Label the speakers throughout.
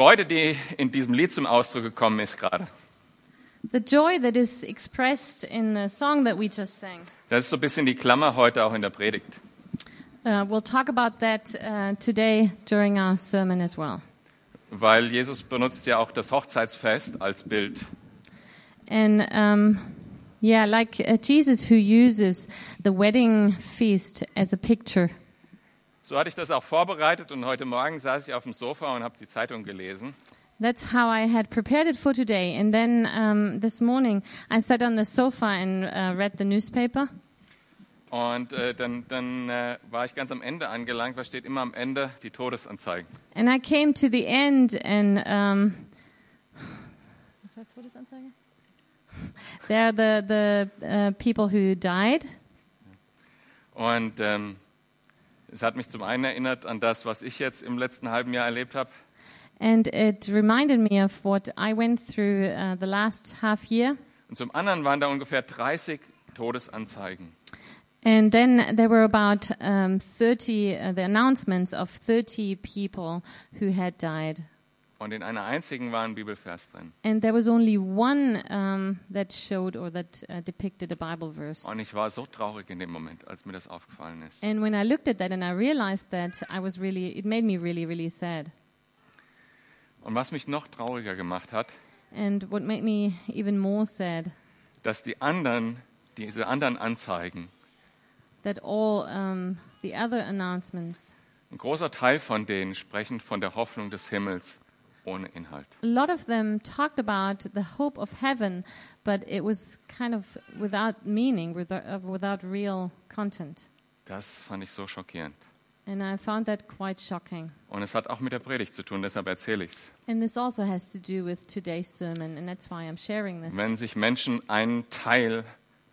Speaker 1: Freude, die in diesem Lied zum Ausdruck gekommen ist gerade,
Speaker 2: The joy that is expressed in the song that we just sang.
Speaker 1: das ist so ein bisschen die Klammer heute auch in der Predigt.
Speaker 2: Uh, we'll talk about that uh, today during our sermon as well.
Speaker 1: Weil Jesus benutzt ja auch das Hochzeitsfest als Bild.
Speaker 2: And um, yeah, like uh, Jesus who uses the wedding feast as a picture.
Speaker 1: So hatte ich das auch vorbereitet und heute Morgen saß ich auf dem Sofa und habe die Zeitung gelesen.
Speaker 2: That's how I had prepared it for today. And then um, this morning I sat on the sofa and uh, read the newspaper.
Speaker 1: Und äh, dann, dann äh, war ich ganz am Ende angelangt, was steht immer am Ende? Die Todesanzeigen.
Speaker 2: And I came to the end and. Um, Is that what it's on second? They're the, the uh, people who died.
Speaker 1: Und ähm, es hat mich zum einen erinnert an das, was ich jetzt im letzten halben Jahr erlebt habe.
Speaker 2: And it reminded me of what I went through uh, the last half year.
Speaker 1: Und zum anderen waren da ungefähr 30 Todesanzeigen.
Speaker 2: And then there were about um, 30, uh, the announcements of 30 people who had died.
Speaker 1: Und in einer einzigen war ein Bibelvers drin.
Speaker 2: And there was only one um, that showed or that uh, depicted a Bible verse.
Speaker 1: Und ich war so traurig in dem Moment, als mir das aufgefallen ist.
Speaker 2: And when I looked at that and I realized that, I was really, it made me really, really sad.
Speaker 1: Und was mich noch trauriger gemacht hat,
Speaker 2: And what made me even more sad,
Speaker 1: dass die anderen, diese anderen Anzeigen,
Speaker 2: that all um, the other announcements,
Speaker 1: ein großer Teil von denen sprechen von der Hoffnung des Himmels ohne Inhalt.
Speaker 2: a lot of them talked about the hope of heaven, but it was kind of without meaning, without, uh, without real content.
Speaker 1: Das fand ich so schockierend.
Speaker 2: And I found that quite shocking.
Speaker 1: Und es hat auch mit der Predigt zu tun, deshalb erzähle ich es.
Speaker 2: And this also has to do with today's sermon, and that's why I'm sharing this.
Speaker 1: Wenn sich Menschen einen Teil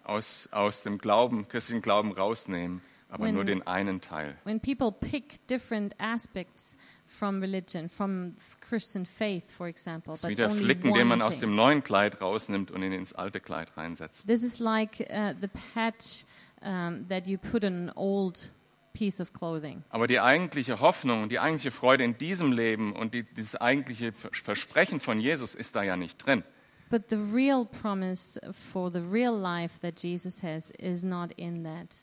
Speaker 1: aus, aus dem Glauben, christlichen Glauben rausnehmen, aber
Speaker 2: Wenn-
Speaker 1: nur den einen Teil,
Speaker 2: When people pick different aspects from religion, from Christian faith, for example,
Speaker 1: es ist wie
Speaker 2: but
Speaker 1: der
Speaker 2: only
Speaker 1: Flicken, den man
Speaker 2: one
Speaker 1: aus
Speaker 2: thing.
Speaker 1: dem neuen Kleid rausnimmt und ihn ins alte Kleid reinsetzt.
Speaker 2: This is like uh, the patch um, that you put on an old piece of clothing.
Speaker 1: Aber die eigentliche Hoffnung und die eigentliche Freude in diesem Leben und die, dieses eigentliche Vers- Versprechen von Jesus ist da ja nicht drin.
Speaker 2: But the real promise for the real life that Jesus has is not in that.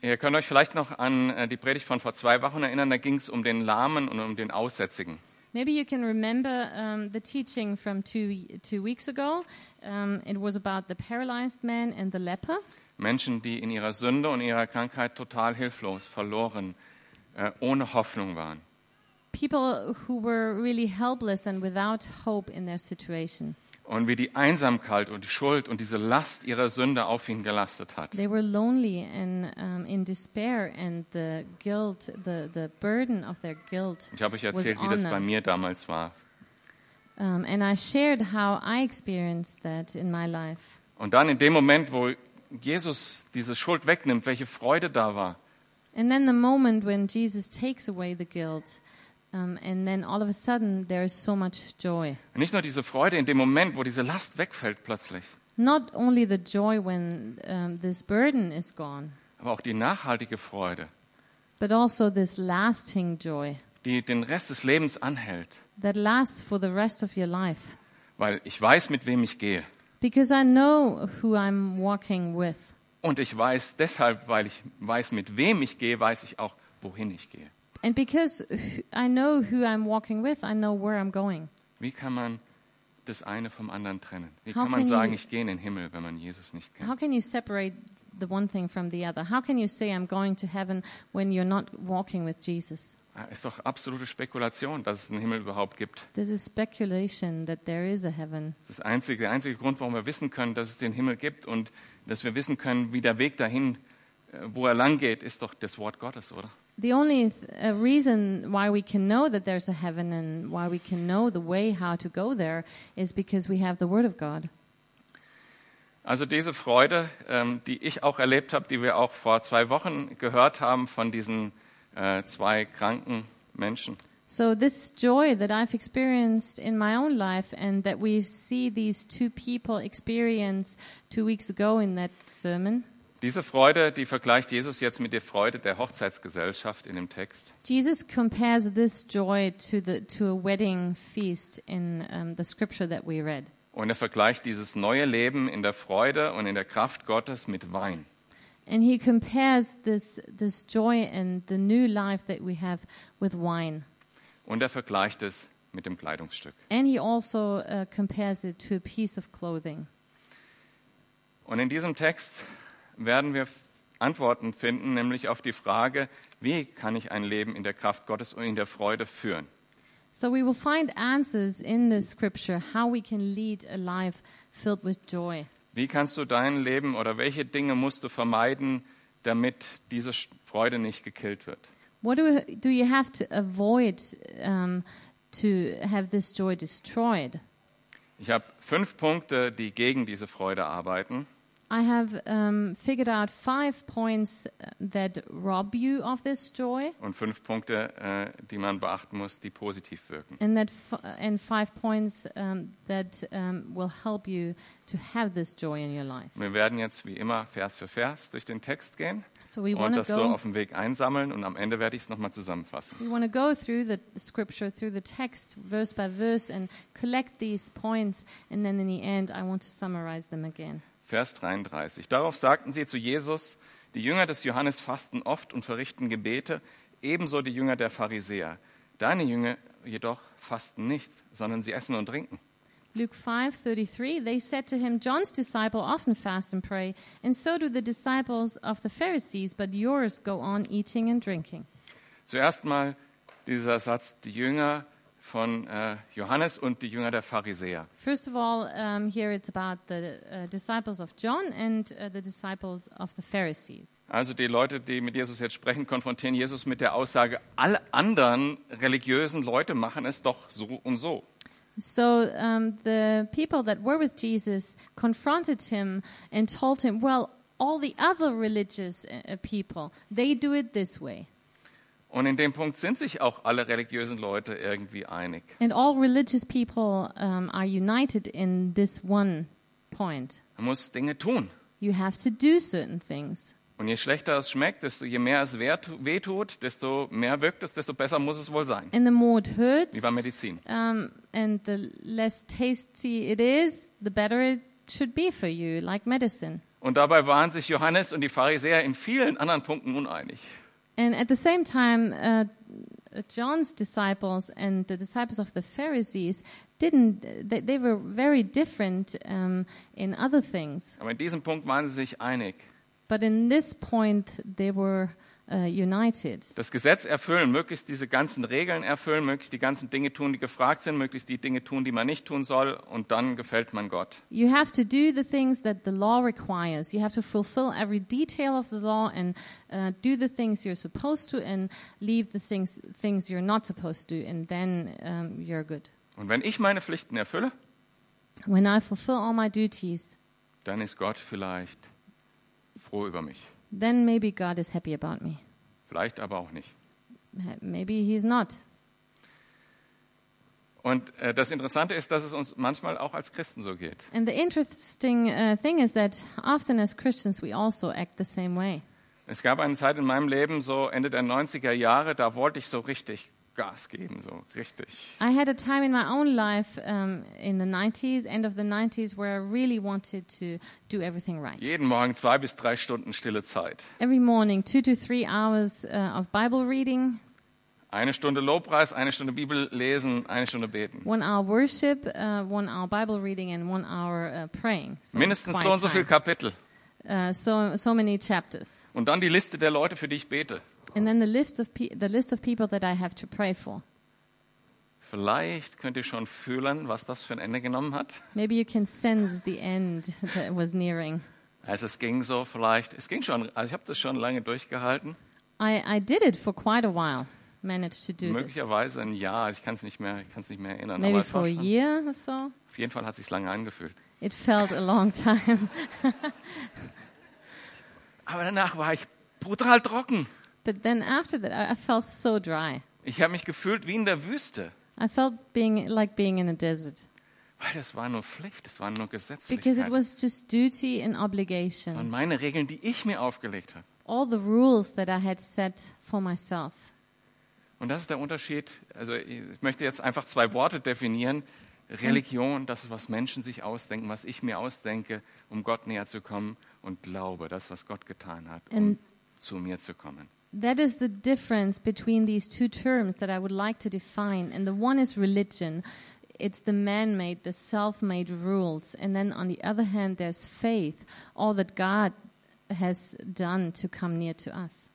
Speaker 1: Ihr könnt euch vielleicht noch an äh, die Predigt von vor zwei Wochen erinnern, da ging es um den Lahmen und um den Aussätzigen.
Speaker 2: Maybe you can remember um, the teaching from two, two weeks ago. Um, it was about the paralyzed man and the leper.
Speaker 1: Menschen, die in ihrer Sünde und ihrer Krankheit total hilflos, verloren, äh, ohne Hoffnung waren.
Speaker 2: People who were really helpless and without hope in their situation.
Speaker 1: Und wie die Einsamkeit und die Schuld und diese Last ihrer Sünde auf ihn gelastet hat.
Speaker 2: They were lonely and um, in despair, and the guilt, the, the burden of their guilt.
Speaker 1: Ich habe euch
Speaker 2: was
Speaker 1: erzählt, wie
Speaker 2: on
Speaker 1: das bei
Speaker 2: them.
Speaker 1: mir damals war.
Speaker 2: Um, and I shared how I experienced that in my life.
Speaker 1: Und dann in dem Moment, wo Jesus diese Schuld wegnimmt, welche Freude da war.
Speaker 2: And then the moment when Jesus takes away the guilt, um, and then all of a sudden there is so much joy.
Speaker 1: Und nicht nur diese Freude in dem Moment, wo diese Last wegfällt plötzlich,
Speaker 2: Not only the joy when um, this burden is gone,
Speaker 1: aber auch die nachhaltige Freude,
Speaker 2: but also this lasting joy
Speaker 1: die den Rest des Lebens anhält.
Speaker 2: that lasts for the rest of your life.
Speaker 1: Weil ich weiß, mit wem ich gehe.
Speaker 2: Because I know who I'm walking with.
Speaker 1: Und ich weiß deshalb, weil ich weiß, mit wem ich gehe, weiß ich auch, wohin ich gehe.
Speaker 2: And because wh- I know who I'm walking with, I know where I'm going.
Speaker 1: Wie kann man das eine vom anderen trennen? Wie
Speaker 2: How
Speaker 1: kann man
Speaker 2: can
Speaker 1: sagen,
Speaker 2: you-
Speaker 1: ich gehe in den Himmel, wenn man Jesus nicht kennt?
Speaker 2: How can you separate the one thing from the other? How can you say I'm going to heaven when you're not walking with Jesus?
Speaker 1: Ah, Ist doch absolute Spekulation, dass es einen Himmel überhaupt gibt.
Speaker 2: This is speculation that there is a heaven.
Speaker 1: Das ist das einzige, der einzige Grund, warum wir wissen können, dass es den Himmel gibt und dass wir wissen können, wie der Weg dahin, äh, wo er lang geht, ist doch das Wort Gottes, oder?
Speaker 2: The only th- uh, reason why we can know that there's a heaven and why we can know the way how to go there is because we have the Word of God.
Speaker 1: Also diese Freude, ähm, die ich auch erlebt habe, die wir auch vor zwei Wochen gehört haben von diesen äh, zwei kranken Menschen,
Speaker 2: So, this joy that I've experienced in my own life and that we see these two people experience two weeks ago in that sermon,
Speaker 1: Diese Freude, die vergleicht Jesus jetzt mit der Freude der Hochzeitsgesellschaft in dem Text.
Speaker 2: Jesus compares this joy to, the, to a wedding feast in um, the scripture that we read.
Speaker 1: Und er vergleicht dieses neue Leben in der Freude und in der Kraft Gottes mit Wein.
Speaker 2: And he compares this, this joy and the new life that we have with wine.
Speaker 1: Und er vergleicht es mit dem Kleidungsstück.
Speaker 2: And he also uh, compares it to a piece of clothing.
Speaker 1: Und in diesem Text werden wir Antworten finden, nämlich auf die Frage, wie kann ich ein Leben in der Kraft Gottes und in der Freude führen?
Speaker 2: So we will find answers in this scripture how we can lead a life filled with joy.
Speaker 1: Wie kannst du dein Leben oder welche Dinge musst du vermeiden, damit diese Sch- Freude nicht gekillt wird?
Speaker 2: What do, do you have to avoid um, to have this joy destroyed?
Speaker 1: Ich habe fünf Punkte, die gegen diese Freude arbeiten.
Speaker 2: I have um, figured out five points uh, that rob you of this joy,
Speaker 1: und fünf Punkte, äh, die man beachten muss, die positiv wirken.
Speaker 2: and that f- uh, and five points um, that um, will help you to have this joy in your life.
Speaker 1: Wir werden jetzt wie immer Vers für Vers durch den Text gehen
Speaker 2: So we
Speaker 1: und
Speaker 2: wanna
Speaker 1: das so
Speaker 2: go-
Speaker 1: auf dem Weg einsammeln und am Ende werde ich es nochmal zusammenfassen.
Speaker 2: We want to go through the scripture, through the text, verse by verse, and collect these points, and then in the end, I want to summarize them again.
Speaker 1: Vers 33. Darauf sagten sie zu Jesus, die Jünger des Johannes fasten oft und verrichten Gebete, ebenso die Jünger der Pharisäer. Deine Jünger jedoch fasten nichts, sondern sie essen und trinken.
Speaker 2: Luke 5:33 They said to him John's disciple often fast and pray and so do the disciples of the Pharisees but yours go on eating and drinking.
Speaker 1: Zuerst mal dieser Satz, die Jünger von äh, Johannes und die Jünger der Pharisäer.
Speaker 2: First of all um, here it's about the uh, disciples of John and uh, the disciples of the Pharisees.
Speaker 1: Also die Leute, die mit Jesus jetzt sprechen, konfrontieren Jesus mit der Aussage, alle anderen religiösen Leute machen es doch so und so.
Speaker 2: So um, the people that were with Jesus confronted him and told him well all the other religious uh, people they do it this way
Speaker 1: Und in dem Punkt sind sich auch alle religiösen Leute irgendwie einig.
Speaker 2: and all religious people um, are united in this one point.
Speaker 1: Man muss Dinge tun.
Speaker 2: You have to do certain things.
Speaker 1: Und je schlechter es schmeckt, desto je mehr es wehr- wehtut, desto mehr wirkt es, desto besser muss es wohl sein.
Speaker 2: And the more it hurts,
Speaker 1: Wie bei Medizin.
Speaker 2: um, and the less tasty it is, the better it should be for you, like medicine.
Speaker 1: Und dabei waren sich Johannes und die Pharisäer in vielen anderen Punkten uneinig.
Speaker 2: And at the same time, uh, John's disciples and the disciples of the Pharisees didn't, they, they were very different um, in other things.
Speaker 1: Aber in diesem Punkt waren sie sich einig.
Speaker 2: But in this point, they were uh, united.
Speaker 1: das Gesetz erfüllen, möglichst diese ganzen Regeln erfüllen, möglichst die ganzen Dinge tun, die gefragt sind, möglichst die Dinge tun, die man nicht tun soll, und dann gefällt man Gott.
Speaker 2: You have to do the things that the law requires. You have to fulfill every detail of the law and uh, do the things you're supposed to and leave the things, things you're not supposed to, and then um, you're good.
Speaker 1: Und wenn ich meine Pflichten erfülle,
Speaker 2: When I fulfill all my duties,
Speaker 1: dann ist Gott vielleicht froh über mich,
Speaker 2: then maybe God is happy about me.
Speaker 1: vielleicht aber auch nicht.
Speaker 2: Maybe He's not.
Speaker 1: Und äh, das Interessante ist, dass es uns manchmal auch als Christen so geht.
Speaker 2: And the interesting uh, thing is that often as Christians, we also act the same way.
Speaker 1: Es gab eine Zeit in meinem Leben, so Ende der 90er Jahre, da wollte ich so richtig Gas geben, so richtig.
Speaker 2: I had a time in my own life um, in the 90s, end of the 90s, where I really wanted to do everything right.
Speaker 1: Jeden Morgen zwei bis drei Stunden stille Zeit.
Speaker 2: Every morning, two to three hours uh, of Bible reading,
Speaker 1: Eine Stunde Lobpreis, eine Stunde Bibel lesen, eine Stunde beten.
Speaker 2: one hour worship, uh, one hour Bible reading, and one hour uh, praying. So
Speaker 1: Mindestens
Speaker 2: quiet
Speaker 1: so und so viel
Speaker 2: time.
Speaker 1: Kapitel.
Speaker 2: Uh, so so many chapters,
Speaker 1: Und dann die Liste der Leute, für die ich bete.
Speaker 2: and then the list of pe- the list of people that I have to pray for.
Speaker 1: Vielleicht könnt ihr schon fühlen, was das für ein Ende genommen hat.
Speaker 2: Maybe you can sense the end that was nearing.
Speaker 1: Also es ging so, vielleicht, es ging schon, also ich habe das schon lange durchgehalten.
Speaker 2: I, I did it for quite a while. Managed to do this.
Speaker 1: Möglicherweise ein Jahr, ich kann es nicht mehr, ich kann es nicht mehr erinnern. aber
Speaker 2: Maybe
Speaker 1: es war
Speaker 2: for a
Speaker 1: schon,
Speaker 2: year or so.
Speaker 1: auf jeden Fall hat es sich lange angefühlt.
Speaker 2: It felt a long time,
Speaker 1: Aber danach war ich brutal trocken.
Speaker 2: but then after that, I, I felt so dry.
Speaker 1: Ich habe mich gefühlt wie in der Wüste.
Speaker 2: I felt being like being in a desert.
Speaker 1: Weil das war nur Pflicht, das waren nur
Speaker 2: because it
Speaker 1: Gesetzlichkeiten.
Speaker 2: was just duty and
Speaker 1: Das
Speaker 2: obligation.
Speaker 1: waren meine Regeln, die ich mir aufgelegt habe.
Speaker 2: All the rules that I had set for myself.
Speaker 1: Und das ist der Unterschied. Also ich möchte jetzt einfach zwei Worte definieren. Religion, das ist, was Menschen sich ausdenken, was ich mir ausdenke, um Gott näher zu kommen. Und Glaube, das, was Gott getan hat, um
Speaker 2: And-
Speaker 1: zu mir zu kommen.
Speaker 2: That is the difference between these two terms that I would like to define. And the one is religion. It's the man made, the self made rules. And then on the other hand, there's faith, all that God has done to come near to us.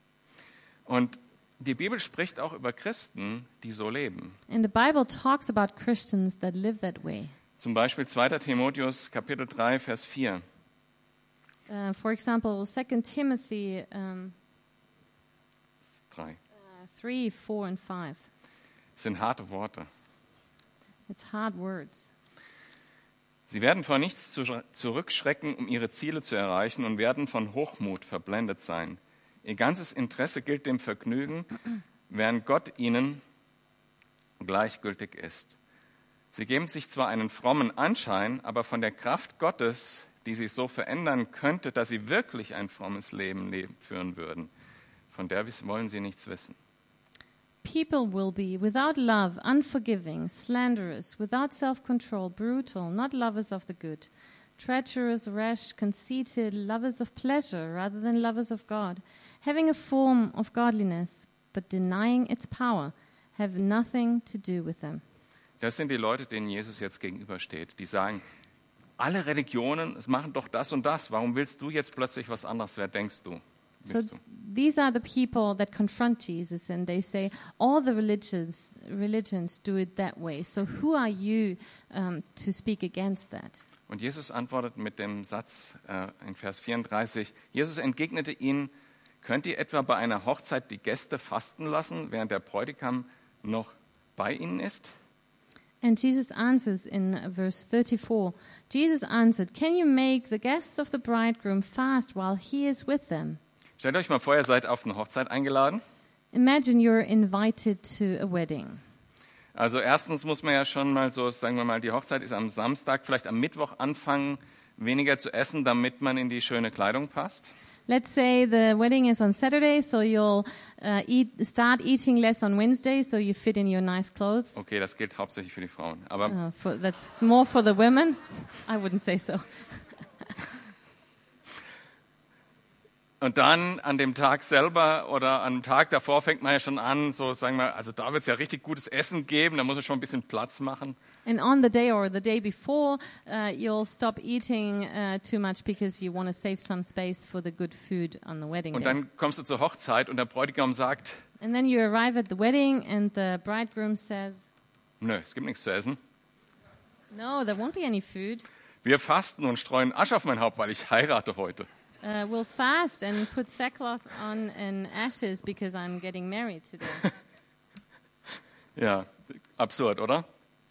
Speaker 1: Und die Bibel spricht auch über Christen, die so leben.
Speaker 2: And the Bible talks about Christians that live that way.
Speaker 1: Zum Beispiel 2. Timotheus, Kapitel 3, Vers 4.
Speaker 2: Uh, for example, 2 Timothy um,
Speaker 1: 3.
Speaker 2: uh, 3, 4, and 5.
Speaker 1: Das sind harte Worte.
Speaker 2: It's hard words.
Speaker 1: Sie werden vor nichts zu- zurückschrecken, um ihre Ziele zu erreichen und werden von Hochmut verblendet sein. Ihr ganzes Interesse gilt dem Vergnügen, während Gott ihnen gleichgültig ist. Sie geben sich zwar einen frommen Anschein, aber von der Kraft Gottes, die sie so verändern könnte, dass sie wirklich ein frommes Leben leben, führen würden, von der wiss- wollen sie nichts wissen.
Speaker 2: People will be without love, unforgiving, slanderous, without self control, brutal, not lovers of the good, treacherous, rash, conceited, lovers of pleasure rather than lovers of God, having a form of godliness, but denying its power, have nothing to do with them.
Speaker 1: Das sind die Leute, denen Jesus jetzt gegenübersteht, die sagen, alle Religionen es machen doch das und das. Warum willst du jetzt plötzlich was anderes? Wer denkst du?
Speaker 2: So
Speaker 1: Bist du?
Speaker 2: these are the people that confront Jesus and they say, all the religions, religions do it that way. So who are you um, to speak against that?
Speaker 1: Und Jesus antwortet mit dem Satz äh, in Vers 34, Jesus entgegnete ihnen, könnt ihr etwa bei einer Hochzeit die Gäste fasten lassen, während der Bräutigam noch bei ihnen ist?
Speaker 2: And Jesus answers in uh, verse 34 Jesus answered, Can you make the guests of the bridegroom fast while he is with them?
Speaker 1: Stellt euch mal vor, ihr seid auf eine Hochzeit eingeladen.
Speaker 2: Imagine you're invited to a wedding.
Speaker 1: Also erstens muss man ja schon mal so, sagen wir mal, die Hochzeit ist am Samstag, vielleicht am Mittwoch anfangen, weniger zu essen, damit man in die schöne Kleidung passt.
Speaker 2: Let's say the wedding is on Saturday, so you'll uh, eat, start eating less on Wednesday, so you fit in your nice clothes.
Speaker 1: Okay, das gilt hauptsächlich für die Frauen. Aber
Speaker 2: Uh, for, that's more for the women. I wouldn't say so.
Speaker 1: und dann an dem Tag selber oder am Tag davor fängt man ja schon an, so sagen wir, also da wird es ja richtig gutes Essen geben, da muss man schon ein bisschen Platz machen.
Speaker 2: And on the day or the day before, uh, you'll stop eating uh, too much because you want to save some space for the good food on the wedding
Speaker 1: Und
Speaker 2: day.
Speaker 1: dann kommst du zur Hochzeit und der Bräutigam sagt,
Speaker 2: And then you arrive at the wedding, and the bridegroom says,
Speaker 1: nö, es gibt nichts zu essen.
Speaker 2: No, there won't be any food.
Speaker 1: Wir fasten und streuen Asche auf mein Haupt, weil ich heirate heute.
Speaker 2: Uh, we'll fast and put sackcloth on and ashes because I'm getting married today.
Speaker 1: Ja, absurd, oder?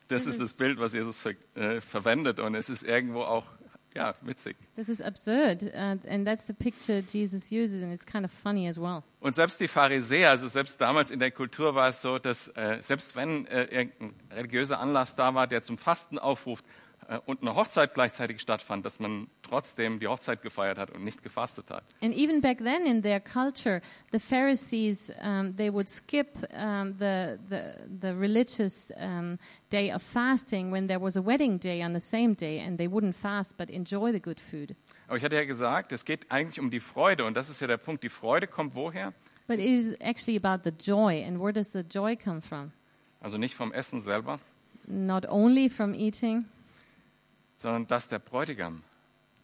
Speaker 1: Das
Speaker 2: Das
Speaker 1: ist das
Speaker 2: ist-
Speaker 1: Bild, was Jesus ver äh, verwendet und es ist irgendwo auch ja, witzig.
Speaker 2: this is absurd. Uh, and that's the picture Jesus uses, and it's kind of funny as well.
Speaker 1: Und selbst die Pharisäer, also selbst damals in der Kultur war es so, dass äh, selbst wenn äh, irgendein religiöser Anlass da war, der zum Fasten aufruft äh, und eine Hochzeit gleichzeitig stattfand, dass man trotzdem die Hochzeit gefeiert hat und nicht gefastet hat.
Speaker 2: And even back then in their culture, the Pharisees, um, they would skip um, the, the, the religious um, day of fasting when there was a wedding day on the same day, and they wouldn't fast but enjoy the good food.
Speaker 1: Aber ich hatte ja gesagt, es geht eigentlich um die Freude und das ist ja der Punkt. Die Freude kommt woher?
Speaker 2: But it is actually about the joy, and where does the joy come from?
Speaker 1: Also nicht vom Essen selber,
Speaker 2: Not only from eating,
Speaker 1: sondern dass der Bräutigam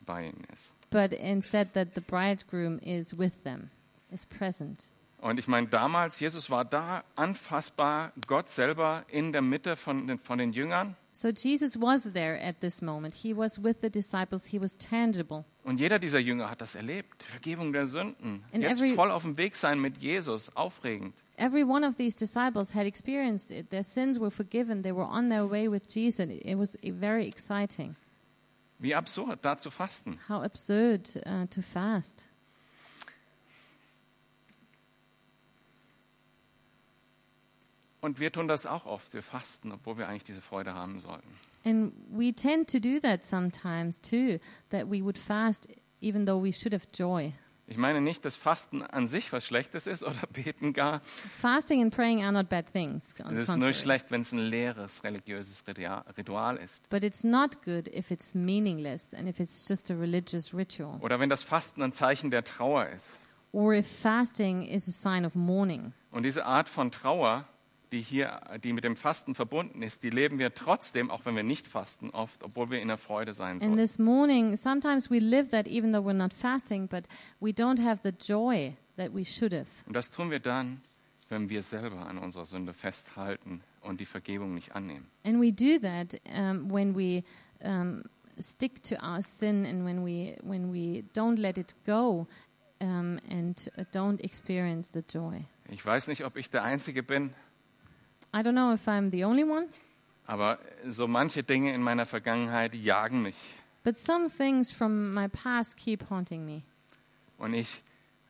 Speaker 1: bei ihnen ist.
Speaker 2: but instead that the bridegroom is with them, is present.
Speaker 1: Und ich meine, damals, Jesus war da, anfassbar, Gott selber in der Mitte von den, von den Jüngern.
Speaker 2: So Jesus was there at this moment. He was with the disciples, he was tangible.
Speaker 1: Und jeder dieser Jünger hat das erlebt. Die Vergebung der Sünden.
Speaker 2: In
Speaker 1: Jetzt
Speaker 2: every-
Speaker 1: voll auf dem Weg sein mit Jesus. Aufregend.
Speaker 2: Every one of these disciples had experienced it. Their sins were forgiven, they were on their way with Jesus. It, it was eh, very exciting.
Speaker 1: Wie absurd, da zu fasten.
Speaker 2: How absurd uh, to fast.
Speaker 1: Und wir tun das auch oft. Wir fasten, obwohl wir eigentlich diese Freude haben sollten.
Speaker 2: And we tend to do that sometimes too, that we would fast even though we should have joy.
Speaker 1: Ich meine nicht, dass Fasten an sich was Schlechtes ist oder Beten gar.
Speaker 2: Fasting and praying are not bad things. on
Speaker 1: Es
Speaker 2: the
Speaker 1: ist nur
Speaker 2: contrary.
Speaker 1: schlecht, wenn es ein leeres religiöses Ritua- Ritual ist.
Speaker 2: But it's not good if it's meaningless and if it's just a religious ritual.
Speaker 1: Oder wenn das Fasten ein Zeichen der Trauer ist.
Speaker 2: Or if fasting is a sign of mourning.
Speaker 1: Und diese Art von Trauer, die hier, die mit dem Fasten verbunden ist, die leben wir trotzdem, auch wenn wir nicht fasten, oft, obwohl wir in der Freude sein
Speaker 2: And
Speaker 1: sollen.
Speaker 2: this morning, sometimes we live that even though we're not fasting, but we don't have the joy that we should have.
Speaker 1: Und das tun wir dann, wenn wir selber an unserer Sünde festhalten und die Vergebung nicht annehmen.
Speaker 2: And we do that um, when we um, stick to our sin and when we, when we don't let it go um, and uh, don't experience the joy.
Speaker 1: Ich weiß nicht, ob ich der Einzige bin,
Speaker 2: I don't know if I'm the only one,
Speaker 1: aber so manche Dinge in meiner Vergangenheit jagen mich.
Speaker 2: but some things from my past keep haunting me.
Speaker 1: Und ich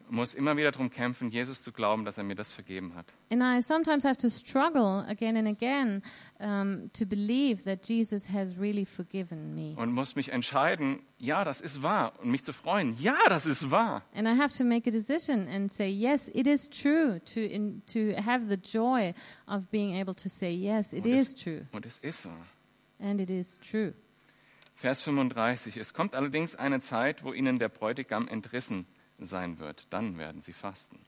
Speaker 1: muss immer wieder darum kämpfen, Jesus zu glauben, dass er mir das vergeben hat.
Speaker 2: And I sometimes have to struggle again and again um, to believe that Jesus has really forgiven me.
Speaker 1: Und muss mich entscheiden, ja, das ist wahr. Und mich zu freuen, ja, das ist wahr.
Speaker 2: And I have to make a decision and say, yes, it is true to, in, to have the joy of being able to say, yes, it
Speaker 1: Und
Speaker 2: is
Speaker 1: es,
Speaker 2: true.
Speaker 1: Und es ist so.
Speaker 2: And it is true.
Speaker 1: Vers 35. Es kommt allerdings eine Zeit, wo ihnen der Bräutigam entrissen sein wird. Dann werden sie fasten.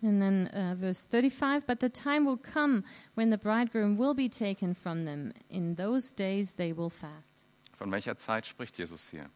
Speaker 2: And then uh, verse 35 But the time will come when the bridegroom will be taken from them. In those days they will fast.
Speaker 1: Von welcher Zeit spricht Jesus hier?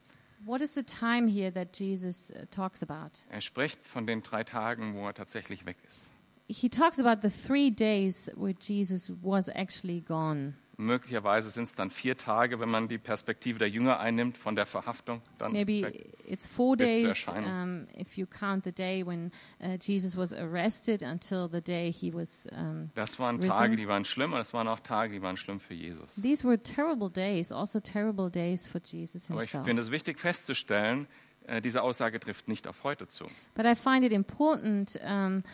Speaker 2: What is the time here that Jesus uh, talks about?
Speaker 1: Er spricht von den drei Tagen, wo er tatsächlich weg ist.
Speaker 2: He talks about the three days where Jesus was actually gone.
Speaker 1: Möglicherweise sind es dann vier Tage, wenn man die Perspektive der Jünger einnimmt, von der Verhaftung. Dann weg.
Speaker 2: Maybe it's four
Speaker 1: Bis zur
Speaker 2: days
Speaker 1: Erscheinung.
Speaker 2: um, if you count the day when uh, Jesus was arrested until the day he was. Um,
Speaker 1: Das waren
Speaker 2: Risen. Mhm.
Speaker 1: Tage, die waren schlimm, und das waren auch Tage, die waren schlimm für Jesus.
Speaker 2: these were terrible days, also terrible days for Jesus
Speaker 1: Aber ich
Speaker 2: himself.
Speaker 1: finde es wichtig festzustellen, äh, diese Aussage trifft nicht auf heute zu.
Speaker 2: But I find it important um,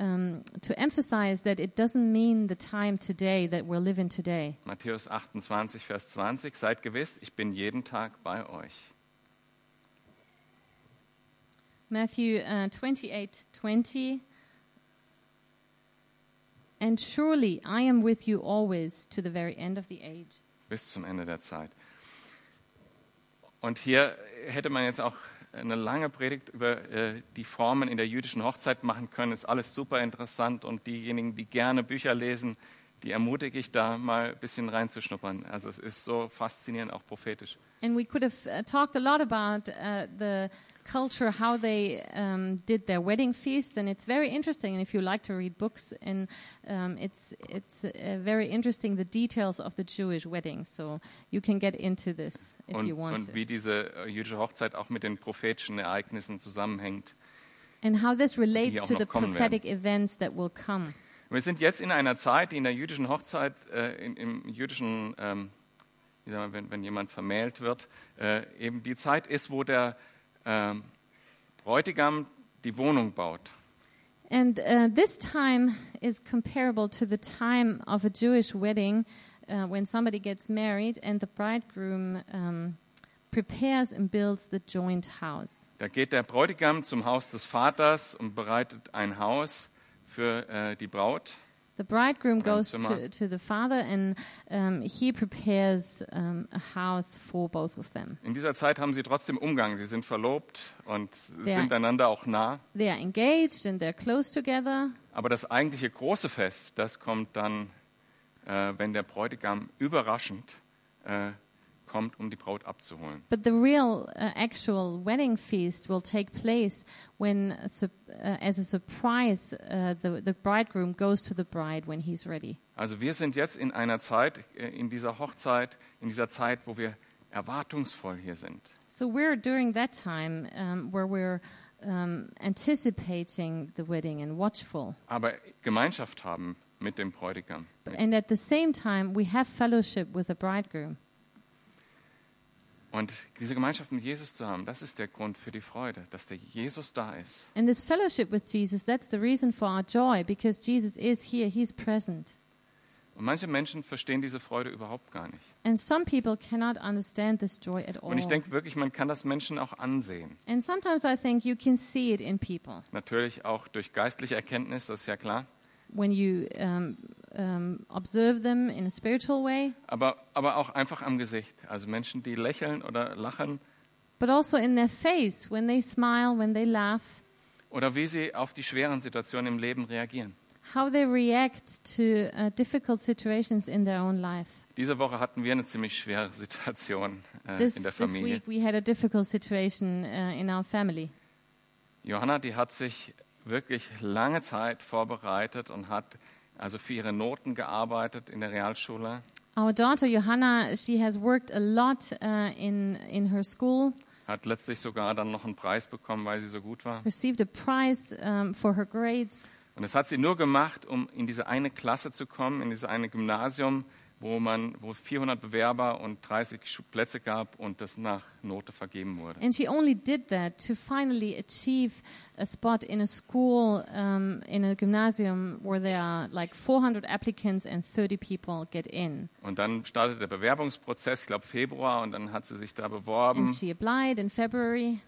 Speaker 2: um, to emphasize that it doesn't mean the time today that we're living today.
Speaker 1: Matthäus 28, Vers 20, seid gewiss, ich bin jeden Tag bei euch.
Speaker 2: Matthew uh, 28 20. And surely I am with you always to the very end of the age.
Speaker 1: bis zum Ende der Zeit. Und hier hätte man jetzt auch eine lange Predigt über äh, die Formen in der jüdischen Hochzeit machen können. Ist alles super interessant und diejenigen, die gerne Bücher lesen, die ermutige ich da mal ein bisschen reinzuschnuppern. Also es ist so faszinierend, auch prophetisch.
Speaker 2: And we could have uh, talked a lot about uh, the culture, how they um, did their wedding feasts, and it's very interesting. And if you like to read books, and um, it's it's uh, very interesting the details of the Jewish wedding. So you can get into this if
Speaker 1: Und,
Speaker 2: you want
Speaker 1: und
Speaker 2: to,
Speaker 1: wie diese äh, jüdische Hochzeit auch mit den prophetischen Ereignissen zusammenhängt.
Speaker 2: and how this
Speaker 1: Die
Speaker 2: relates
Speaker 1: auch
Speaker 2: to
Speaker 1: noch
Speaker 2: the
Speaker 1: kommen
Speaker 2: prophetic events that will come.
Speaker 1: Wir sind jetzt in einer Zeit, die in der jüdischen Hochzeit, äh, in, im jüdischen, ähm, wie sagen wir, wenn, wenn jemand vermählt wird, äh, eben die Zeit ist, wo der ähm, Bräutigam die Wohnung baut.
Speaker 2: And uh, this time is comparable to the time of a Jewish wedding uh, when somebody gets married and the bridegroom um, prepares and builds the joint house.
Speaker 1: Da geht der Bräutigam zum Haus des Vaters und bereitet ein Haus für äh, die Braut.
Speaker 2: The bridegroom goes
Speaker 1: Zimmer.
Speaker 2: to, to the father and um, he prepares um, a house for both of them.
Speaker 1: In dieser Zeit haben sie trotzdem Umgang. Sie sind verlobt und
Speaker 2: Ja.
Speaker 1: sind einander auch nah.
Speaker 2: They are engaged and they're close together,
Speaker 1: Aber das eigentliche große Fest, das kommt dann, äh, wenn der Bräutigam überraschend äh, kommt, um die Braut abzuholen.
Speaker 2: but the real uh, actual wedding feast will take place when, uh, sup- uh, as a surprise, uh, the, the bridegroom goes to the bride when he's ready.
Speaker 1: Also wir sind jetzt in einer Zeit, äh, in dieser Hochzeit, in dieser Zeit, wo wir erwartungsvoll hier sind.
Speaker 2: So we're during that time um, where we're um, anticipating the wedding and watchful.
Speaker 1: Aber Gemeinschaft haben mit dem Bräutigam.
Speaker 2: And at the same time, we have fellowship with the bridegroom.
Speaker 1: Und diese Gemeinschaft mit Jesus zu haben, das ist der Grund für die Freude, dass der Jesus da ist.
Speaker 2: And this fellowship with Jesus, that's the reason for our joy because Jesus is here, He's present.
Speaker 1: Und manche Menschen verstehen diese Freude überhaupt gar nicht.
Speaker 2: And some people cannot understand this joy at all.
Speaker 1: Und ich denke wirklich, man kann das Menschen auch ansehen.
Speaker 2: and sometimes I think you can see it in people
Speaker 1: Natürlich auch durch geistliche Erkenntnis, das ist ja klar.
Speaker 2: when you um, um, observe them in a spiritual way,
Speaker 1: Aber, aber auch einfach am Gesicht. Also Menschen, die lächeln oder lachen
Speaker 2: but also in their face when they smile, when they laugh,
Speaker 1: oder wie sie auf die schweren Situationen im Leben reagieren.
Speaker 2: how they react to uh, difficult situations in their own life.
Speaker 1: Diese Woche hatten wir eine ziemlich schwere Situation äh,
Speaker 2: This,
Speaker 1: in der
Speaker 2: this
Speaker 1: Familie.
Speaker 2: week we had a difficult situation uh, in our family.
Speaker 1: Johanna, die hat sich wirklich lange Zeit vorbereitet und hat also für ihre Noten gearbeitet in der Realschule,
Speaker 2: Our daughter Johanna, she has worked a lot uh, in in her school,
Speaker 1: hat letztlich sogar dann noch einen Preis bekommen, weil sie so gut war.
Speaker 2: received a prize um, for her grades.
Speaker 1: Und das hat sie nur gemacht, um in diese eine Klasse zu kommen, in dieses eine Gymnasium, wo man wo 400 Bewerber und 30 Schu- Plätze gab und das nach Note vergeben wurde.
Speaker 2: And she only did that to finally achieve a spot in a school, um, in a gymnasium where there are like 400 applicants and 30 people get in.
Speaker 1: Und dann startete der Bewerbungsprozess, ich glaube Februar, und dann hat sie sich da beworben.
Speaker 2: And she applied in February.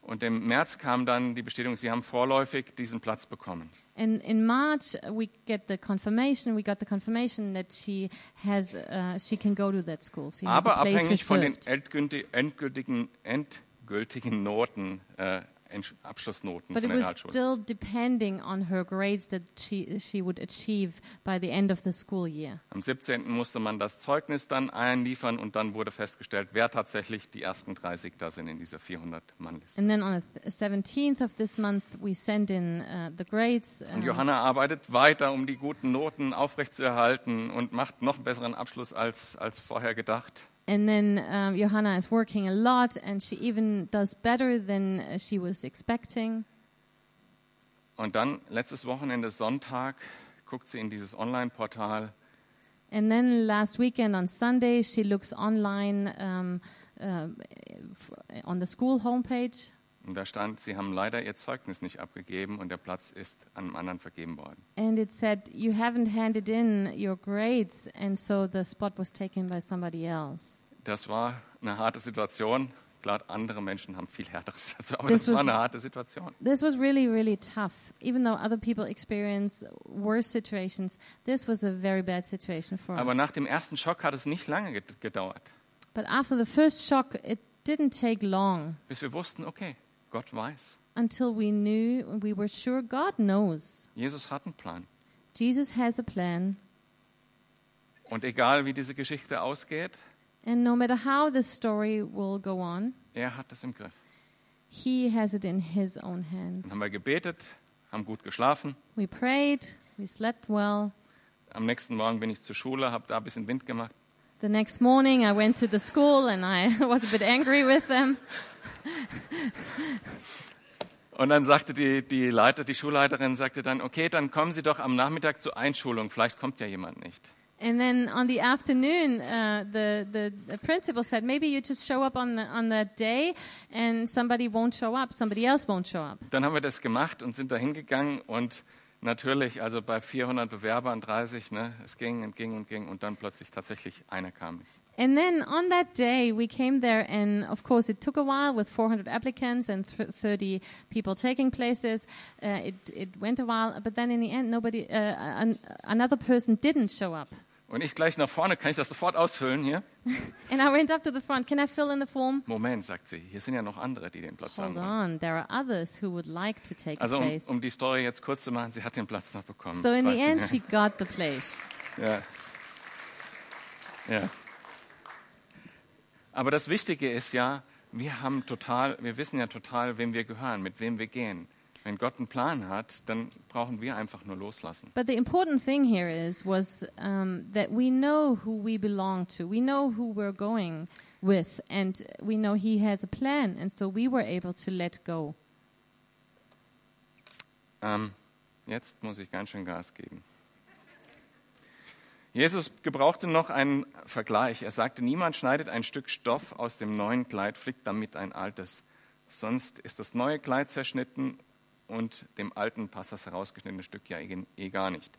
Speaker 1: Und im März kam dann die Bestätigung, sie haben vorläufig diesen Platz bekommen.
Speaker 2: And in March, uh, we get the confirmation. We got the confirmation that she has, uh, she can go to that school. She has
Speaker 1: Aber
Speaker 2: a place
Speaker 1: abhängig von den
Speaker 2: reserved.
Speaker 1: endgülti- endgültigen, endgültigen Noten, äh, Entsch- Abschlussnoten von
Speaker 2: But it
Speaker 1: der
Speaker 2: was
Speaker 1: Realschule.
Speaker 2: still depending on her grades that she she would achieve by the end of the school year.
Speaker 1: Am 17. musste man das Zeugnis dann einliefern und dann wurde festgestellt, wer tatsächlich die ersten 30 da sind in dieser 400-Mann-Liste.
Speaker 2: And then on the 17th of this month, we send in uh, the grades.
Speaker 1: Und
Speaker 2: um,
Speaker 1: Johanna arbeitet weiter, um die guten Noten aufrechtzuerhalten und macht noch einen besseren Abschluss als, als vorher gedacht.
Speaker 2: and then um, Johanna is working a lot, and she even does better than uh, she was expecting.
Speaker 1: Und dann, letztes Wochenende, Sonntag, guckt sie in dieses Online-Portal
Speaker 2: And then last weekend on Sunday, she looks online um, uh, f- on the school homepage,
Speaker 1: und da stand, sie haben leider ihr Zeugnis nicht abgegeben und der Platz ist einem anderen vergeben worden.
Speaker 2: and it said, You haven't handed in your grades, and so the spot was taken by somebody else.
Speaker 1: Das war eine harte Situation. Klar, andere Menschen haben viel Härteres dazu, aber
Speaker 2: This
Speaker 1: das war
Speaker 2: was-
Speaker 1: eine harte Situation.
Speaker 2: This was really, really tough. Even though other people experience worse situations, this was a very bad situation for
Speaker 1: Aber
Speaker 2: us.
Speaker 1: nach dem ersten Schock hat es nicht lange ged- gedauert,
Speaker 2: But after the first shock, it didn't take long
Speaker 1: bis wir wussten, okay, Gott weiß.
Speaker 2: until we knew, we were sure God knows.
Speaker 1: Jesus hat einen Plan.
Speaker 2: Jesus has a plan.
Speaker 1: Und egal wie diese Geschichte ausgeht,
Speaker 2: And no matter how the story will go on,
Speaker 1: er hat das im Griff.
Speaker 2: He has it in His own hands.
Speaker 1: Dann haben wir gebetet, haben gut geschlafen.
Speaker 2: We prayed, we slept well.
Speaker 1: Am nächsten Morgen bin ich zur Schule, habe da ein bisschen Wind gemacht.
Speaker 2: The next morning, I went to the school and I was a bit angry with them.
Speaker 1: Und dann sagte die, die Leiter, die Schulleiterin sagte dann, okay, dann kommen Sie doch am Nachmittag zur Einschulung, vielleicht kommt ja jemand nicht.
Speaker 2: And then on the afternoon, uh, the, the the principal said, maybe you just show up on the, on that day, and somebody won't show up, somebody else won't show up.
Speaker 1: Dann haben wir das gemacht und sind da hingegangen und natürlich, also bei 400 Bewerbern, 30, ne, es ging und ging und ging und dann plötzlich tatsächlich einer kam nicht.
Speaker 2: And then on that day, we came there, and of course, it took a while with 400 applicants and th- 30 people taking places. Uh, it, it went a while, but then in the end, nobody, uh, an, another person didn't show up.
Speaker 1: Und ich gleich nach vorne, kann ich das sofort ausfüllen hier?
Speaker 2: And I went up to the front, can I fill in the form?
Speaker 1: Moment, sagt sie, hier sind ja noch andere, die den Platz haben
Speaker 2: Hold
Speaker 1: wollen.
Speaker 2: on, there are others who would like to take a
Speaker 1: Also um,
Speaker 2: place.
Speaker 1: um die Story jetzt kurz zu machen, sie hat den Platz noch bekommen.
Speaker 2: So in the
Speaker 1: Weißt du,
Speaker 2: end,
Speaker 1: ja.
Speaker 2: she got the place.
Speaker 1: Ja. ja. Aber das Wichtige ist ja, wir haben total, wir wissen ja total, wem wir gehören, mit wem wir gehen. Wenn Gott einen Plan hat, dann brauchen wir einfach nur loslassen.
Speaker 2: But the important thing here is was um, that we know who we belong to. We know who we're going with, and we know He has a plan, and so we were able to let go.
Speaker 1: Ähm, jetzt muss ich ganz schön Gas geben. Jesus gebrauchte noch einen Vergleich. Er sagte, niemand schneidet ein Stück Stoff aus dem neuen Kleid, flickt damit ein altes. Sonst ist das neue Kleid zerschnitten und dem alten passt das herausgeschnittene Stück ja eh eh gar nicht.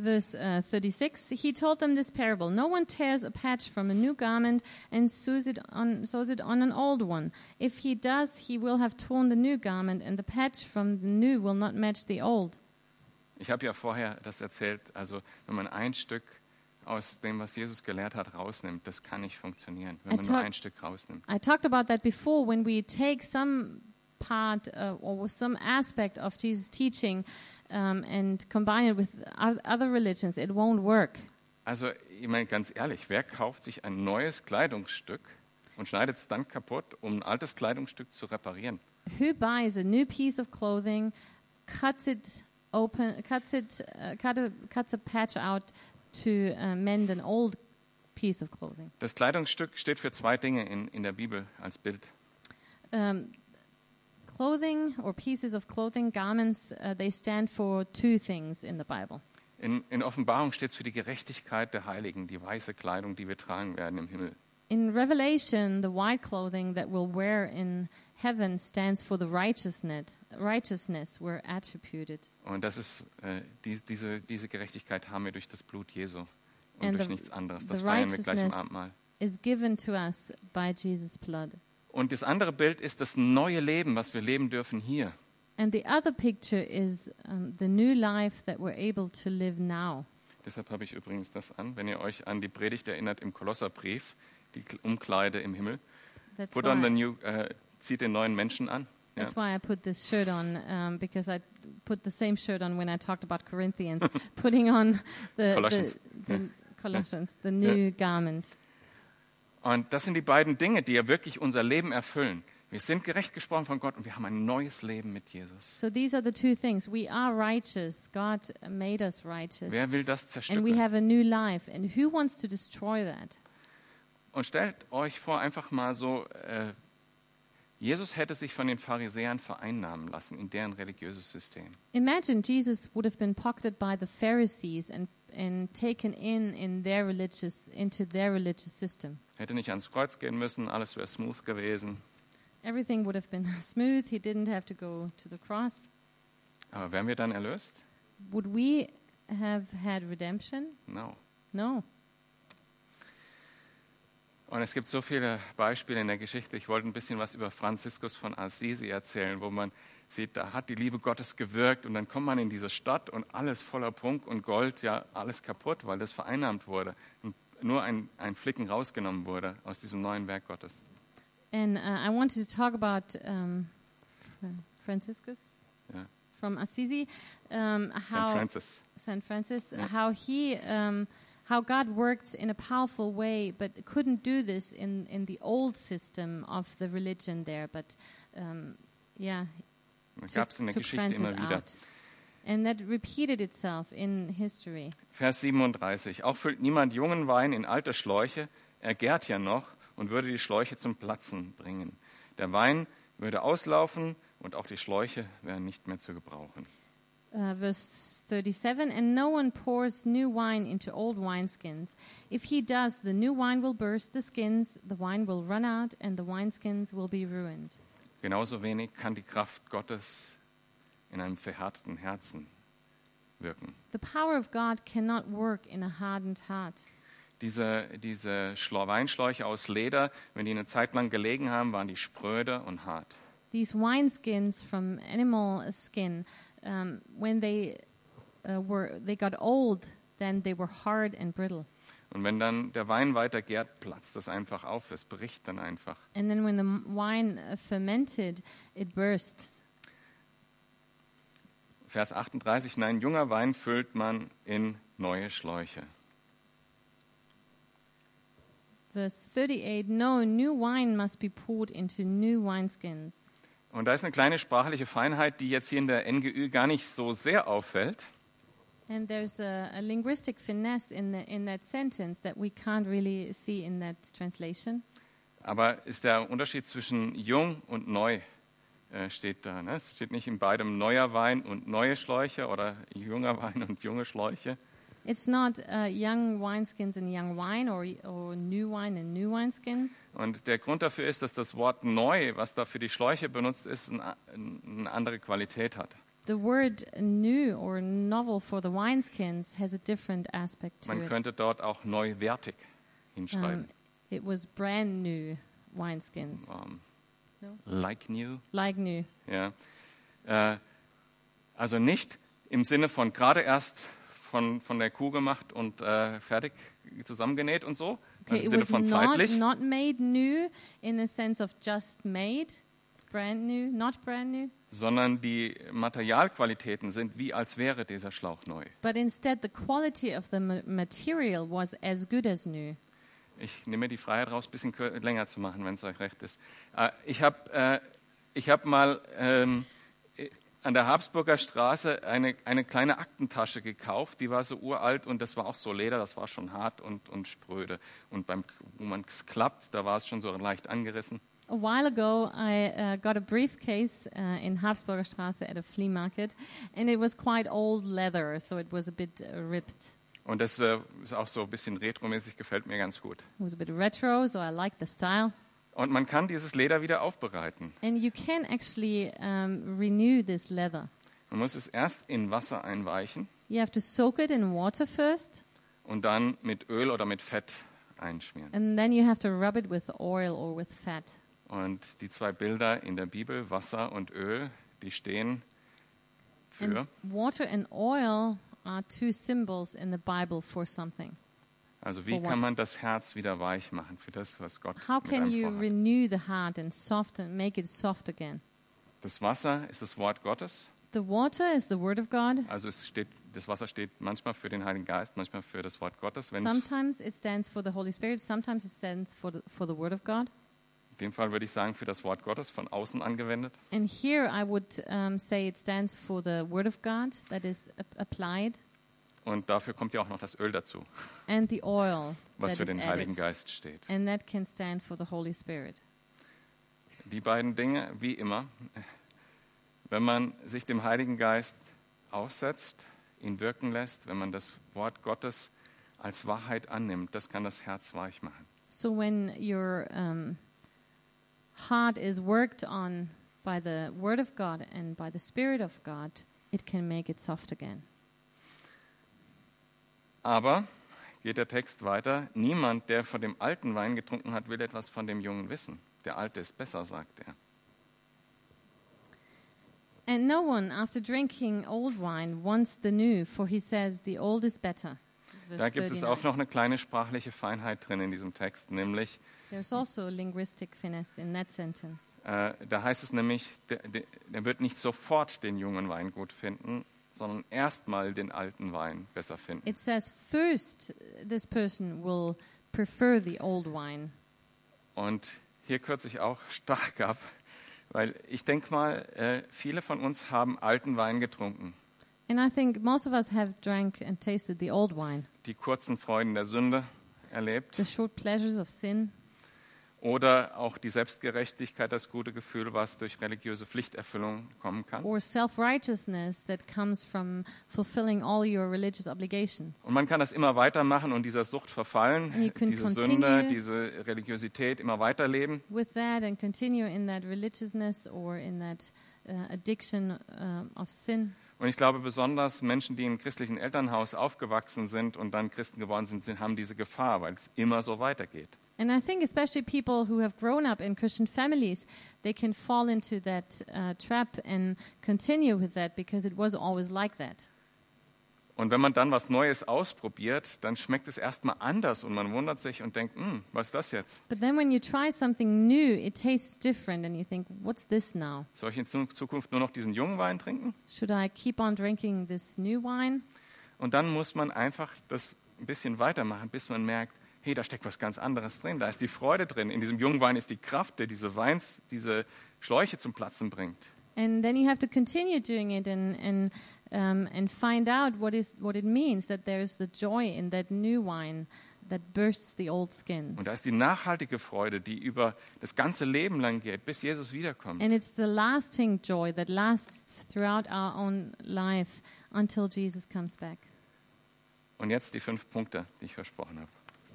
Speaker 2: Verse uh, 36 He told them this parable No one tears a patch from a new garment and sews it, on, sews it on an old one. If he does, he will have torn the new garment, and the patch from the new will not match the old.
Speaker 1: Ich habe ja vorher das erzählt, also wenn man ein Stück aus dem, was Jesus gelehrt hat, rausnimmt, das kann nicht funktionieren, wenn
Speaker 2: I
Speaker 1: man nur
Speaker 2: talk-
Speaker 1: ein Stück rausnimmt.
Speaker 2: I talked about that before when we take some part uh, or some aspect of Jesus' teaching um, and combine it with o- other religions, it won't work.
Speaker 1: Also ich meine ganz ehrlich, wer kauft sich ein neues Kleidungsstück und schneidet es dann kaputt, um ein altes Kleidungsstück zu reparieren?
Speaker 2: Who buys a new piece of clothing, cuts it open, cuts it, uh, cut a, cuts a patch out to uh, mend an old piece of clothing?
Speaker 1: Das Kleidungsstück steht für zwei Dinge in, in der Bibel als Bild.
Speaker 2: Um, clothing or pieces of clothing, garments, uh, they stand for two things in the Bible.
Speaker 1: In, in Offenbarung steht es für die Gerechtigkeit der Heiligen, die weiße Kleidung, die wir tragen werden im Himmel.
Speaker 2: In Revelation, the white clothing that we'll wear in heaven stands for the righteousness, righteousness we're attributed.
Speaker 1: Und das ist, äh, dies- diese, diese Gerechtigkeit haben wir durch das Blut Jesu und
Speaker 2: And
Speaker 1: durch
Speaker 2: the-
Speaker 1: nichts anderes.
Speaker 2: the
Speaker 1: Das feiern wir gleich im
Speaker 2: righteousness-
Speaker 1: Abendmahl.
Speaker 2: Is given to us by Jesus' blood.
Speaker 1: Und das andere Bild ist das neue Leben, was wir leben dürfen hier.
Speaker 2: And the other picture is um, the new life that we're able to live now.
Speaker 1: Deshalb habe ich übrigens das an, wenn ihr euch an die Predigt erinnert im Kolosserbrief, die K- Umkleide im Himmel.
Speaker 2: That's
Speaker 1: Put on the
Speaker 2: why,
Speaker 1: new, äh, zieht den neuen Menschen an. Ja.
Speaker 2: that's why I put this shirt on um, because I put the same shirt on when I talked about Corinthians, putting on the
Speaker 1: Colossians.
Speaker 2: the, the Colossians, the new garment.
Speaker 1: Und das sind die beiden Dinge, die ja wirklich unser Leben erfüllen. Wir sind gerecht gesprochen von Gott und wir haben ein neues Leben mit Jesus.
Speaker 2: So these are the two things. We are righteous. God made us righteous.
Speaker 1: Wer will das
Speaker 2: and we
Speaker 1: zerstückeln?
Speaker 2: have a new life. And who wants to destroy that?
Speaker 1: Und stellt euch vor, einfach mal so, äh, Jesus hätte sich von den Pharisäern vereinnahmen lassen in deren religiöses System.
Speaker 2: Imagine Jesus would have been pocketed by the Pharisees and, and taken in, in their religious, into their religious system.
Speaker 1: Hätte nicht ans Kreuz gehen müssen, alles wäre smooth gewesen.
Speaker 2: Everything would have been smooth. He didn't have to go to the cross.
Speaker 1: Aber wären wir dann erlöst?
Speaker 2: Would we have had redemption?
Speaker 1: No.
Speaker 2: No.
Speaker 1: Und es gibt so viele Beispiele in der Geschichte. Ich wollte ein bisschen was über Franziskus von Assisi erzählen, wo man sieht, da hat die Liebe Gottes gewirkt und dann kommt man in diese Stadt und alles voller Prunk und Gold, ja, alles kaputt, weil das vereinnahmt wurde. Und nur ein, ein Flicken rausgenommen wurde aus diesem neuen Werk Gottes.
Speaker 2: And uh, I wanted to talk about um, Fr- Franciscus
Speaker 1: Ja.
Speaker 2: from Assisi. Um,
Speaker 1: St.
Speaker 2: how
Speaker 1: Francis.
Speaker 2: St. Francis,
Speaker 1: Yeah.
Speaker 2: how he, um, how God worked in a powerful way, but couldn't do this in, in the old system of the religion there. But um, yeah,
Speaker 1: Das
Speaker 2: took,
Speaker 1: gab es in der
Speaker 2: took
Speaker 1: Geschichte
Speaker 2: Francis
Speaker 1: immer wieder.
Speaker 2: out. And that repeated itself in history.
Speaker 1: Vers 37. Auch füllt niemand jungen Wein in alte Schläuche, er gärt ja noch und würde die Schläuche zum Platzen bringen. Der Wein würde auslaufen und auch die Schläuche wären nicht mehr zu gebrauchen.
Speaker 2: Uh, verse 37 And no one pours new wine into old wineskins. If he does, the new wine will burst the skins, the wine will run out, and the wineskins will be ruined.
Speaker 1: Genauso wenig kann die Kraft Gottes in einem verhärteten Herzen wirken.
Speaker 2: The power of God cannot work in a hardened heart.
Speaker 1: Diese, diese Schla- Weinschläuche aus Leder, wenn die eine Zeit lang gelegen haben, waren die spröde und hart.
Speaker 2: These wineskins from animal skin, um, when they uh, were they got old, then they were hard and brittle.
Speaker 1: Und wenn dann der Wein weiter gärt, platzt das einfach auf, es bricht dann einfach.
Speaker 2: And then when the m- wine uh, fermented, it burst.
Speaker 1: Vers 38, nein, junger Wein füllt man in neue Schläuche.
Speaker 2: Verse 38 No, new wine must be poured into new wineskins.
Speaker 1: Und da ist eine kleine sprachliche Feinheit, die jetzt hier in der NGÜ gar nicht so sehr auffällt.
Speaker 2: And there's a, a linguistic finesse in, the, in that sentence that we can't really see in that translation.
Speaker 1: Aber ist der Unterschied zwischen jung und neu äh, steht da. Ne? Es steht nicht in beidem neuer Wein und neue Schläuche oder junger Wein und junge Schläuche.
Speaker 2: It's not uh, young wineskins and young wine or, or new wine and new wineskins.
Speaker 1: Und der Grund dafür ist, dass das Wort neu, was da für die Schläuche benutzt ist, ein a- ein- eine andere Qualität hat.
Speaker 2: The word new or novel for the wineskins has a different aspect to
Speaker 1: Man
Speaker 2: it.
Speaker 1: könnte dort auch neuwertig
Speaker 2: Um,
Speaker 1: hinschreiben.
Speaker 2: it was brand new wineskins,
Speaker 1: Ähm,
Speaker 2: No.
Speaker 1: Like new.
Speaker 2: like new.
Speaker 1: Ja. Äh, also nicht im Sinne von gerade erst von, von der Kuh gemacht und äh, fertig zusammengenäht und so, also
Speaker 2: Okay,
Speaker 1: im
Speaker 2: it
Speaker 1: Sinne
Speaker 2: was
Speaker 1: von
Speaker 2: not,
Speaker 1: zeitlich,
Speaker 2: not made new in the sense of just made, brand new, not brand new,
Speaker 1: sondern die Materialqualitäten sind wie als wäre dieser Schlauch neu.
Speaker 2: but instead the quality of the ma- material was as good as new.
Speaker 1: Ich nehme mir die Freiheit raus, ein bisschen kür- länger zu machen, wenn es euch recht ist. Äh, ich habe äh, ich hab mal ähm, äh, an der Habsburger Straße eine, eine kleine Aktentasche gekauft, die war so uralt und das war auch so Leder, das war schon hart und, und spröde. Und beim, wo man es klappt, da war es schon so leicht angerissen.
Speaker 2: A while ago, I uh, got a briefcase uh, in Habsburger Straße at a flea market, and it was quite old leather, so it was a bit uh, ripped.
Speaker 1: Und das äh, ist auch so ein bisschen retromäßig, gefällt mir ganz gut.
Speaker 2: It was a bit retro, so I like the style.
Speaker 1: Und man kann dieses Leder wieder aufbereiten.
Speaker 2: And you can actually um, renew this leather.
Speaker 1: Man muss es erst in Wasser einweichen
Speaker 2: You have to soak it in water first,
Speaker 1: und dann mit Öl oder mit Fett einschmieren.
Speaker 2: and then you have to rub it with oil or with fat.
Speaker 1: Und die zwei Bilder in der Bibel, Wasser und Öl, die stehen
Speaker 2: And
Speaker 1: für,
Speaker 2: water and oil are two symbols in the Bible for something.
Speaker 1: also wie
Speaker 2: for
Speaker 1: kann
Speaker 2: what?
Speaker 1: man das Herz wieder weich machen für das, was Gott
Speaker 2: How
Speaker 1: mit
Speaker 2: can
Speaker 1: einem
Speaker 2: you
Speaker 1: vorhat.
Speaker 2: renew the heart and soften, make it soft again?
Speaker 1: Das Wasser ist das Wort Gottes,
Speaker 2: The water is the Word of God.
Speaker 1: also es steht, das Wasser steht manchmal für den Heiligen Geist, manchmal für das Wort Gottes. Wenn es,
Speaker 2: Sometimes it stands for the Holy Spirit, sometimes it stands for the, for the Word of God.
Speaker 1: in dem Fall würde ich sagen, für das Wort Gottes von außen angewendet.
Speaker 2: And here I would um, say it stands for the Word of God that is ap- applied
Speaker 1: Und dafür kommt ja auch noch das Öl dazu,
Speaker 2: and the oil
Speaker 1: was
Speaker 2: that
Speaker 1: für
Speaker 2: is
Speaker 1: den
Speaker 2: added.
Speaker 1: Heiligen Geist steht.
Speaker 2: And that can stand for the Holy Spirit.
Speaker 1: Die beiden Dinge, wie immer, wenn man sich dem Heiligen Geist aussetzt, ihn wirken lässt, wenn man das Wort Gottes als Wahrheit annimmt, das kann das Herz weich machen.
Speaker 2: So when your um, heart is worked on by the Word of God and by the Spirit of God, it can make it soft again.
Speaker 1: Aber geht der Text weiter, niemand, der von dem alten Wein getrunken hat, will etwas von dem Jungen wissen. Der alte ist besser, sagt er.
Speaker 2: And no one, after drinking old wine, wants the new, for he says, the old is better. Verse
Speaker 1: Da gibt es
Speaker 2: 39.
Speaker 1: auch noch eine kleine sprachliche Feinheit drin in diesem Text, nämlich
Speaker 2: There's also linguistic finesse in that sentence.
Speaker 1: Äh, da heißt es nämlich, der, der, der wird nicht sofort den jungen Wein gut finden, sondern erstmal den alten Wein besser finden.
Speaker 2: It says, first, this person will prefer the old wine.
Speaker 1: Und hier kürze ich auch stark ab, weil ich denke mal, äh, viele von uns haben alten Wein getrunken.
Speaker 2: And I think most of us have drank and tasted the old wine,
Speaker 1: Die kurzen Freuden der Sünde erlebt
Speaker 2: the short pleasures of sin,
Speaker 1: oder auch die Selbstgerechtigkeit, das gute Gefühl, was durch religiöse Pflichterfüllung kommen kann.
Speaker 2: or self righteousness that comes from fulfilling all your religious obligations.
Speaker 1: Und man kann das immer weitermachen und dieser Sucht
Speaker 2: And you
Speaker 1: verfallen,
Speaker 2: can
Speaker 1: diese
Speaker 2: continue.
Speaker 1: Sünde, diese Religiosität immer weiterleben.
Speaker 2: With that, and continue in that religiousness or in that uh, addiction um, of sin.
Speaker 1: Und ich glaube, besonders Menschen, die im christlichen Elternhaus aufgewachsen sind und dann Christen geworden sind, sind haben diese Gefahr, weil es immer so weitergeht.
Speaker 2: And I think, especially people who have grown up in Christian families, they can fall into that uh, trap and continue with that because it was always like that.
Speaker 1: Und wenn man dann was Neues ausprobiert, dann schmeckt es erstmal anders und man wundert sich und denkt, hm, was ist das jetzt?
Speaker 2: But then when you try something new, it tastes different, and you think, what's this now?
Speaker 1: Soll ich in Zu- Zukunft nur noch diesen jungen Wein trinken?
Speaker 2: Should I keep on drinking this new wine?
Speaker 1: Und dann muss man einfach das ein bisschen weitermachen, bis man merkt, hey, da steckt was ganz anderes drin. Da ist die Freude drin. In diesem jungen Wein ist die Kraft, der diese Weins, diese Schläuche zum Platzen bringt.
Speaker 2: And then you have to continue doing it and, and, um, and find out what, is, what it means that there's the joy in that new wine that bursts the old skins.
Speaker 1: Und da ist die nachhaltige Freude, die über das ganze Leben lang geht, bis Jesus wiederkommt.
Speaker 2: And it's the lasting joy that lasts throughout our own life until Jesus comes back.
Speaker 1: Und jetzt die fünf Punkte, die ich versprochen habe.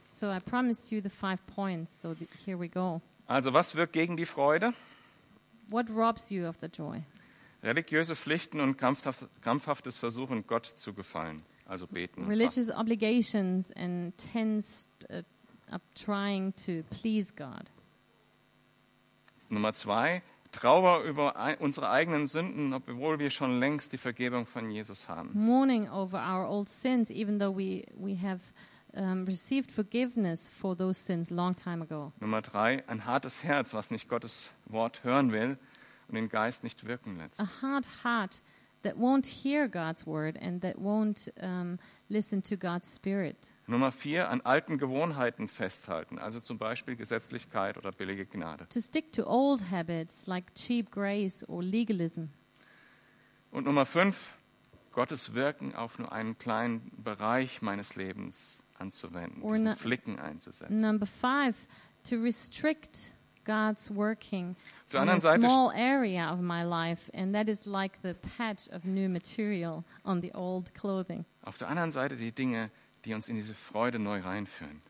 Speaker 2: So I promised you the five points, so th- here we go.
Speaker 1: Also was wirkt gegen die Freude?
Speaker 2: What robs you of the joy?
Speaker 1: Religiöse Pflichten und krampfhaft, krampfhaftes Versuchen, Gott zu gefallen, also beten. Und fasten.
Speaker 2: religious obligations and tense uh, up trying to please God.
Speaker 1: Nummer zwei, Trauer über ei- unsere eigenen Sünden, obwohl wir schon längst die Vergebung von Jesus haben.
Speaker 2: Mourning over our old sins, even though we, we have um, received forgiveness for those sins long time ago.
Speaker 1: Nummer drei, ein hartes Herz, was nicht Gottes Wort hören will und den Geist nicht wirken lässt.
Speaker 2: A hard heart that won't hear God's word and that won't um, listen to God's spirit.
Speaker 1: Nummer vier, an alten Gewohnheiten festhalten, also zum Beispiel Gesetzlichkeit oder billige Gnade.
Speaker 2: To stick to old habits like cheap grace or legalism.
Speaker 1: Und Nummer fünf, Gottes Wirken auf nur einen kleinen Bereich meines Lebens anzuwenden,
Speaker 2: Or
Speaker 1: diesen
Speaker 2: na-
Speaker 1: Flicken einzusetzen.
Speaker 2: Number five, to restrict God's working
Speaker 1: Auf der
Speaker 2: on
Speaker 1: anderen
Speaker 2: a
Speaker 1: Seite
Speaker 2: small area of my life, and that is like the patch of new material on the old clothing.
Speaker 1: Auf der anderen Seite die Dinge, die uns in diese Freude neu reinführen.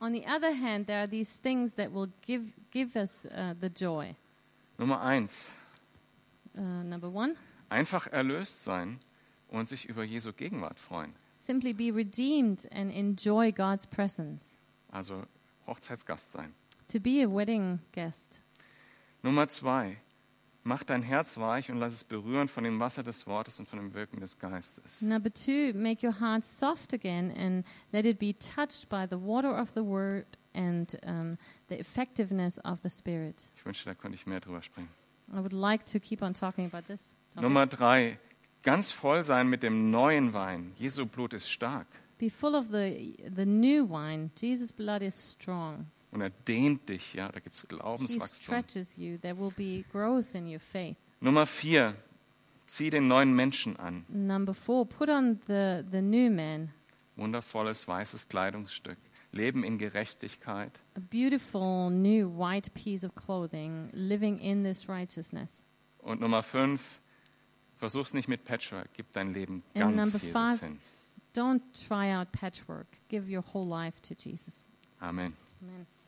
Speaker 2: On the other hand, there are these things that will give, give us uh, the joy.
Speaker 1: Nummer eins,
Speaker 2: Uh, number one,
Speaker 1: einfach erlöst sein und sich über Jesu Gegenwart freuen.
Speaker 2: simply be redeemed and enjoy God's presence,
Speaker 1: Also Hochzeitsgast sein.
Speaker 2: to be a wedding guest.
Speaker 1: Nummer zwei, mach dein Herz weich und lass es berühren von dem Wasser des Wortes und von dem Wirken des Geistes.
Speaker 2: Number two, make your heart soft again and let it be touched by the water of the word and um, the effectiveness of the spirit.
Speaker 1: Ich wünschte, da könnte ich mehr drüber sprechen.
Speaker 2: I would like to keep on talking about this. topic.
Speaker 1: Nummer drei, ganz voll sein mit dem neuen Wein. Jesu Blut ist stark
Speaker 2: Be full of the the new wine. Jesus' blood is strong.
Speaker 1: und er dehnt dich. Ja, da gibt es
Speaker 2: He
Speaker 1: Glaubenswachstum.
Speaker 2: stretches you. There will be growth in your faith.
Speaker 1: Nummer vier, zieh den neuen Menschen an.
Speaker 2: Number four, put on the the new man,
Speaker 1: Wundervolles weißes Kleidungsstück. Leben in Gerechtigkeit.
Speaker 2: a beautiful new white piece of clothing, living in this righteousness.
Speaker 1: Und Nummer fünf, versuch's nicht mit Patchwork. Gib dein Leben ganz
Speaker 2: And number
Speaker 1: Jesus
Speaker 2: five.
Speaker 1: hin.
Speaker 2: Don't try out patchwork. Give your whole life to Jesus.
Speaker 1: Amen.
Speaker 2: Amen.